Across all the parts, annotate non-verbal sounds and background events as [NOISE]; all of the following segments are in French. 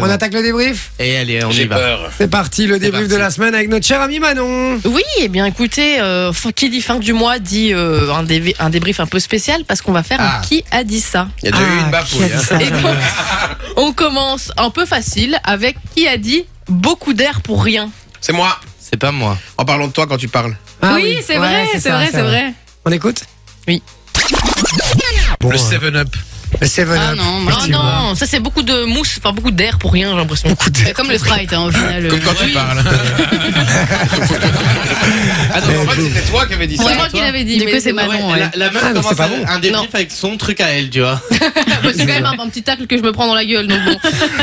On attaque le débrief Et allez, on y J'ai va. peur. C'est parti, le débrief de parti. la semaine avec notre cher ami Manon. Oui, eh bien écoutez, euh, fin- qui dit fin du mois dit euh, un, dé- un débrief un peu spécial parce qu'on va faire Ah. un qui a dit ça. Il y a déjà eu Ah, une qui a bafouille. dit hein. ça Et donc, [LAUGHS] on commence un peu facile avec qui a dit beaucoup d'air pour rien. C'est moi. C'est pas moi. En parlant de toi quand tu parles. Ah oui, c'est Ouais, vrai, c'est c'est ça, vrai, c'est c'est vrai. vrai. On écoute Oui. Bon, euh, le 7-Up. le Seven Ah Up, non, moi, Ah effectivement. non, ça c'est beaucoup de mousse, enfin beaucoup d'air pour rien, j'ai l'impression. Beaucoup de- C'est comme le Sprite, hein, au final. Comme quand euh, tu [LAUGHS] parles. ah non, en fait, c'était toi qui avais dit ça. Ouais. c'est moi qui toi. l'avais dit. Du mais coup, c'est pas Manon, vrai. ouais. La, la meuf Ah, mais c'est commence pas à- bon. un débrief avec son truc à elle, tu vois. Bah, c'est quand même un, un petit tacle que je me prends dans la gueule, donc bon.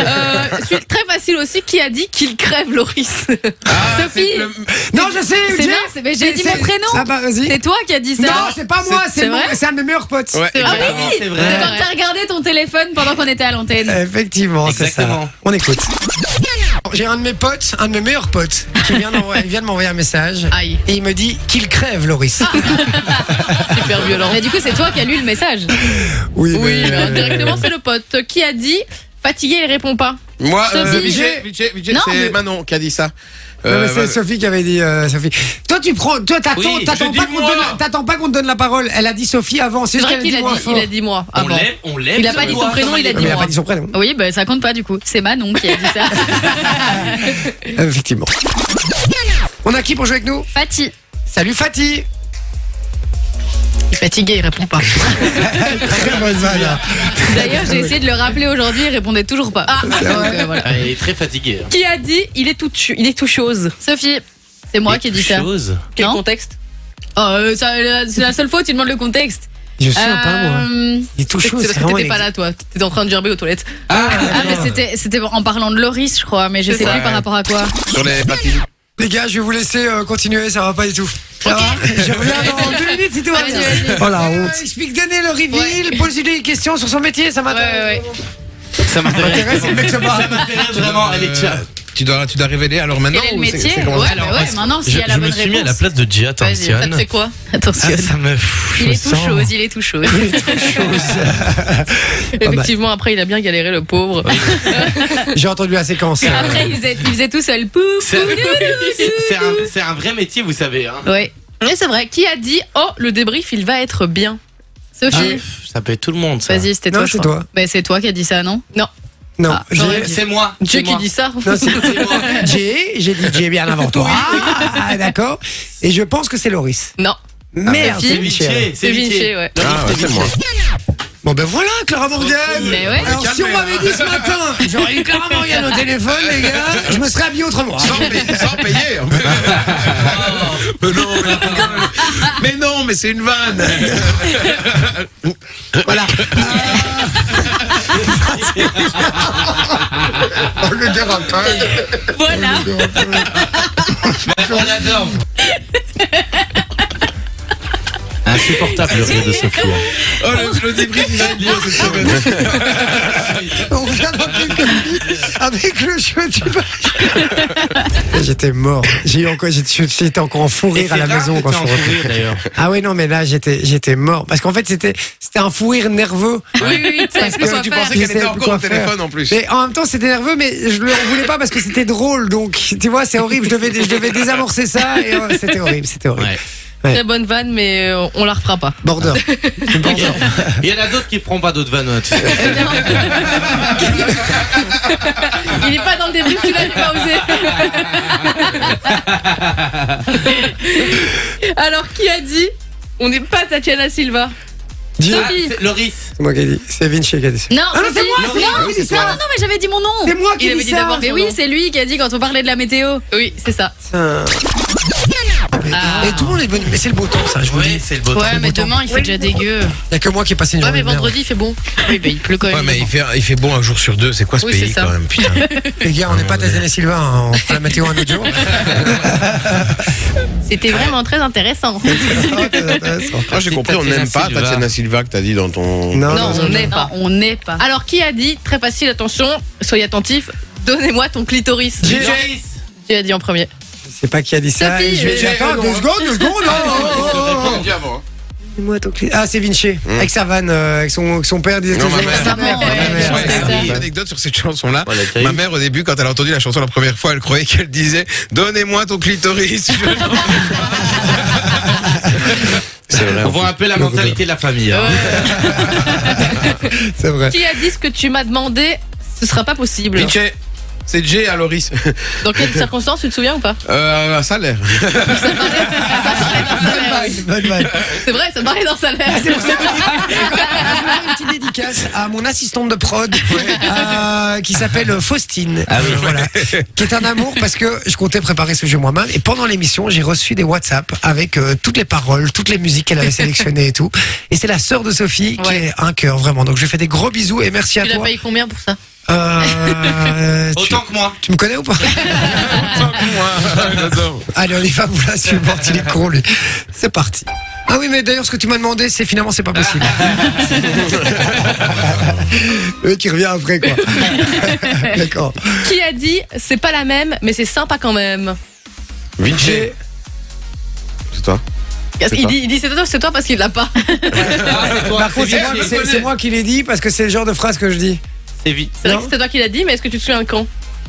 Euh, celui- très facile aussi, qui a dit qu'il crève Loris Ah, Sophie. c'est le- Non, je sais, C'est Jay. mince, mais j'ai dit C'est- mon prénom. Ah bah vas-y. C'est toi qui as dit ça. Non, c'est pas moi, c'est c'est mon- vrai c'est un de mes meilleurs potes. Ouais, Ah exactement. oui, C'est vrai. c'est quand t'as regardé ton téléphone pendant qu'on était à l'antenne. Effectivement, c'est ça. Exactement. On écoute. J'ai un de mes potes, un de mes meilleurs potes, qui vient, d'envoyer- il vient de m'envoyer un message. Aïe, Et il me dit qu'il crève, Loris. Ah. super violent. Mais du coup, c'est toi qui as lu le message. Oui, Oui, mais- bah, directement c'est le pote qui a dit fatigué, il répond pas. Moi, euh, Sophie. Vijay, Vijay, Vijay, Non, c'est mais- Manon qui a dit ça. Non, mais Euh, c'est Sophie qui avait dit euh, Sophie. Toi tu prends, toi t'attends, bah, Oui, t'attends je pas dis qu'on te moi. donne, la- t'attends pas qu'on te donne la parole. Elle a dit Sophie avant, c'est C'est ce vrai qu'elle qu'il a dit. moins dit, fort. il a dit moi on avant. lève, on lève. Il a pas dit son prénom, il Mais a dit elle a moi. pas dit son prénom. Oui, bah ça compte pas du coup. C'est Manon qui a dit [LAUGHS] ça. Euh, Effectivement. On a qui pour jouer avec nous Fatih. Salut Fatih. Il est fatigué, il répond pas. Très bonne vanne, hein. D'ailleurs, j'ai essayé de le rappeler aujourd'hui, il répondait toujours pas. Donc, euh, voilà. Ah, il est très fatigué. Qui a dit il est tout chu- il est tout chose Sophie, c'est moi qui ai dit ça. Chose. Quel Non. contexte Oh, euh, ça, euh, c'est la seule fois où tu demandes le contexte. Je suis un pas moi. Euh, Il est tout C'est chaud. parce que vraiment t'étais pas élégant. là toi, t'étais en train de gerber aux toilettes. Ah, mais c'était, c'était en parlant de Loris, je crois, mais je C'est sais ça. plus par rapport à quoi. Sur les platines. Les gars, je vais vous laisser euh, continuer, ça va pas du tout. Ça va Je reviens dans deux minutes si tout va bien. Vas-y, vas-y. Oh la honte. Explique, donnez le reveal, posez-lui des questions sur son métier, Ah, ça m'intéresse. ouais, ouais. Ça [LAUGHS] m'intéresse. Intéresse, le mec se barre. Ça m'intéresse vraiment. Allez, tiens. Tu dois, tu dois révéler alors maintenant Quel est le ou c'est- métier c'est Ouais, comment ça bah ouais, maintenant, Je, s'il y a la je bonne me suis mis à la réponse. place de Gia, attention. Vas-y, C'est quoi Ah, Attention. ça me. pff, je Il me est tout sens- chaud, il est tout chaud. Ah, bah. mal. Effectivement, après il a bien galéré le Ah, pauvre. J'ai entendu la séquence. Après, il faisait, il faisait tout seul. Pou, pou, C'est dou, dou, [LAUGHS] dou. c'est un, c'est un vrai métier, vous savez. Hein. Ouais. Mais c'est vrai, qui a dit oh le débrief il va être bien. Ah, Sophie, Ça peut être tout le monde, ça. vas-y, c'était Non, toi. je c'est crois. toi. Bah, c'est toi qui as dit ça, non Non, Ah, j'ai- j'aurais C'est moi. Dieu c'est qui moi. dit ça. Non, c'est [LAUGHS] Jay, [LAUGHS] j'ai dit Jay bien avant toi. Ah, d'accord. Et je pense que c'est Loris. [LAUGHS] Non, Ah, Merde, Sophie. c'est C'est Michel. Vinci. C'est Vinci, Vinci, ouais. Non, Ah, ouais, c'est moi. Bon ben voilà, Clara Morgan. Mais ouais. Alors si on Calmez, m'avait hein. dit ce matin, j'aurais eu Clara Morgan au téléphone, les gars, je me serais habillé autrement. Sans, payer- sans payer. en fait. [LAUGHS] mais non, mais, non. mais non, mais c'est une vanne. Voilà. Oh, le dérapage. Voilà. On adore. Insupportable le rire de Sophie. hein. Oh, le, le débrief, il va être dur cette semaine. On revient dans quelques minutes avec le jeu du match. [LAUGHS] J'étais mort. J'ai eu encore, j'étais j'étais encore en fou rire à la maison quand je suis rentré. d'ailleurs. Ah oui, non, mais là, j'étais, j'étais mort. Parce qu'en fait, c'était, c'était un fou rire nerveux. Oui, oui, oui, tu savais Parce plus que quoi tu faire. pensais qu'elle Je savais était plus encore quoi au téléphone en plus. Mais en même temps, c'était nerveux, mais je le voulais pas parce que c'était drôle. Donc, tu vois, c'est horrible. Je devais, je devais désamorcer ça. Et euh, c'était horrible, c'était horrible. Ouais. très bonne vanne mais euh, on la refera pas. Border. Il y en a d'autres qui feront pas d'autres vannes. tu sais. Eh [LAUGHS] Il est pas dans le début, tu l'as pas osé. [LAUGHS] Alors qui a dit on n'est pas Tatiana Silva. Dis- Ah, c'est Loris. C'est moi qui ai dit. C'est Vinci qui a dit ça. Non, Ah non, c'est Sophie. moi, c'est Non, moi qui ai dit non, ça. non, mais j'avais dit mon nom. C'est moi qui Il ai avait dit dit ça. d'abord- Mais oui, c'est lui qui a dit quand on parlait de la météo. Oui, c'est ça. Ah. Putain. Et tout le monde est venu. Mais c'est le beau temps, ça, je vous le Oui, dis. c'est le beau temps. Ouais, mais demain, il fait déjà dégueu. Il y a que moi qui ai passé une Ouais, journée. mais de merde. vendredi il fait bon. Oui, bah, il pleut quand même. Ouais, mais il fait, il fait bon un jour sur deux. C'est quoi ce Oui, pays c'est ça. quand même [LAUGHS] Putain. Les gars, on n'est pas Tatiana Silva. hein. On fait la météo un [LAUGHS] autre jour. C'était vraiment très intéressant. Moi, j'ai compris, on Tatiana n'aime pas Silva. Tatiana Silva que t'as dit dans ton. Non, Non, on n'est pas. On n'est pas. Alors qui a dit très facile attention, soyez attentifs. Donnez-moi ton clitoris. J'ai- Loris. Oh, Tu as dit en premier. Je sais pas qui a dit ça. Sophie, Je- euh, J'attends euh, deux non. hein. secondes, deux secondes. oh, oh, oh, oh. Donne-moi ton clé. Ah, c'est Vinci. Avec sa vanne, euh, avec, son, avec son père, disait Mmh. Non, toujours. ma mère. Sa Ouais, ma je mère, pense que c'est c'est ça. ça. Une anecdote sur cette chanson-là. Oh, la terrible. Ma mère, au début, quand elle a entendu la chanson la première fois, elle croyait qu'elle disait Donnez-moi ton clitoris. C'est vrai. On voit un peu la mentalité de la famille. hein. C'est vrai. Euh, Qui a dit ce que tu m'as demandé Ce sera pas possible. Piquet, c'est Jay à Loris. Dans quelles circonstances tu te souviens ou pas Euh, [LAUGHS] un salaire. Ah, Bonne vanne, [LAUGHS] bonne vanne. C'est vrai, Ah, ça paraît dans sa lettre. C'est pour ça que je Ah, une petite dédicace à mon assistante de [LAUGHS] prod euh, qui s'appelle Faustine. Ah Euh, voilà. Qui est un amour parce que je comptais préparer ce jeu moi-même et pendant l'émission, j'ai reçu des WhatsApp avec euh, toutes les paroles, toutes les musiques qu'elle avait sélectionnées et tout. Et c'est la sœur de Sophie qui Ouais. est un cœur vraiment. Donc je lui fais des gros bisous et merci à Tu l'as toi. payé combien pour ça Euh, tu, Autant que moi. tu me connais ou pas Allez, on y va, vous la supporte, il est con lui. C'est parti. Ah oui, mais d'ailleurs, ce que tu m'as demandé, c'est finalement, c'est pas [LAUGHS] possible. Le mec qui revient après, quoi. D'accord. [LAUGHS] Qui a dit c'est pas la même, mais c'est sympa quand même Vinci. C'est toi Il dit, il dit, c'est toi, c'est toi parce qu'il l'a pas. Par contre, c'est moi, Vinci, c'est- je c'est moi qui l'ai dit parce que c'est le genre de phrase que je dis. C'est vite. C'est vrai Non. que c'est toi qui l'a dit, mais est-ce que tu te souviens quand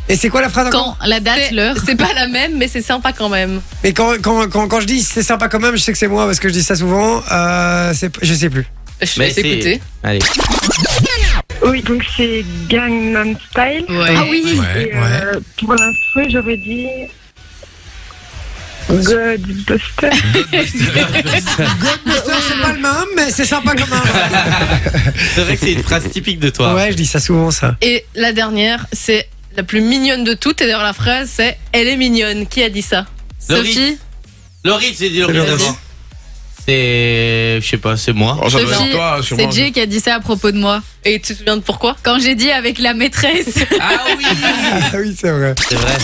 Et c'est quoi la phrase encore Quand, la date, C'est- l'heure. C'est pas la même, mais c'est sympa quand même. Mais quand, quand, quand, quand je dis c'est sympa quand même, je sais que c'est moi parce que je dis ça souvent. Euh, c'est- je sais plus. Je Mais vais écouter. Allez. Oui, donc c'est Gangnam Style. Ah oui. Et, euh, pour l'instru, j'aurais dit. Godbuster. Ah, Ghostbusters, c'est pas le même, mais c'est sympa quand même. C'est vrai que c'est une phrase typique de toi. Ouais, je dis ça souvent, ça. Et la dernière, c'est la plus mignonne de toutes. Et d'ailleurs, la phrase, c'est Elle est mignonne. Qui a dit ça Laurie. Sophie Laurie, c'est dit Laurie Laurie. d'abord. C'est. Je sais pas, c'est moi. Oh, ça doit Sophie, être toi, sûrement. C'est Jay qui a dit ça à propos de moi. Et tu te souviens de pourquoi Quand j'ai dit avec la maîtresse. Ah oui Ah oui, c'est vrai. C'est vrai.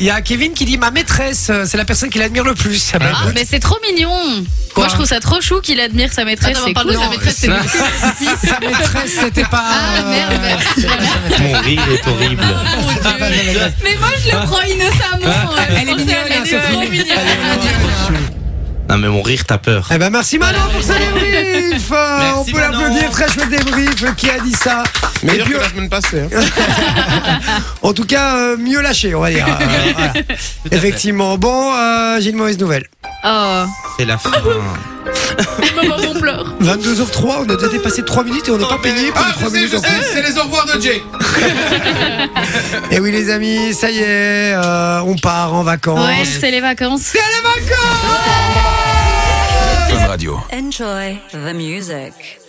Il y a Kevin qui dit ma maîtresse, euh, c'est la personne qu'il admire le plus. Ah bah, Ah, écoute. mais c'est trop mignon. Quoi Moi, je trouve ça trop chou qu'il admire sa maîtresse. Attends, on c'est parle de cool. sa maîtresse, c'est ça. Sa maîtresse, c'était pas. [LAUGHS] Ah, merde, euh, merde. c'était pas sa maîtresse. Mon rire est horrible. [LAUGHS] C'était pas sa maîtresse. Mais moi, je le prends innocemment. euh, Elle est mignonne, hein, Sophie. Elle est mignonne. Non, mais mon rire, t'as peur. Eh ben merci Manon pour ce débrief. Euh, On Merci, peut Manon. l'applaudir, très chouette débrief. Qui a dit ça Et Meilleur puis, que la semaine passée. hein. En tout cas, euh, mieux lâché, on va dire. Euh, voilà. Tout à fait. Effectivement. Bon, euh, j'ai une mauvaise nouvelle. Oh. C'est la fin. Maman, on pleure. 22h03, on a déjà dépassé 3 minutes et on n'est pas payé pour Ah, les 3 je sais, minutes. je en plus. sais, c'est les au revoir de Jay. Et oui les amis, ça y est, euh, on part en vacances. Ouais, c'est les vacances. Enjoy the music.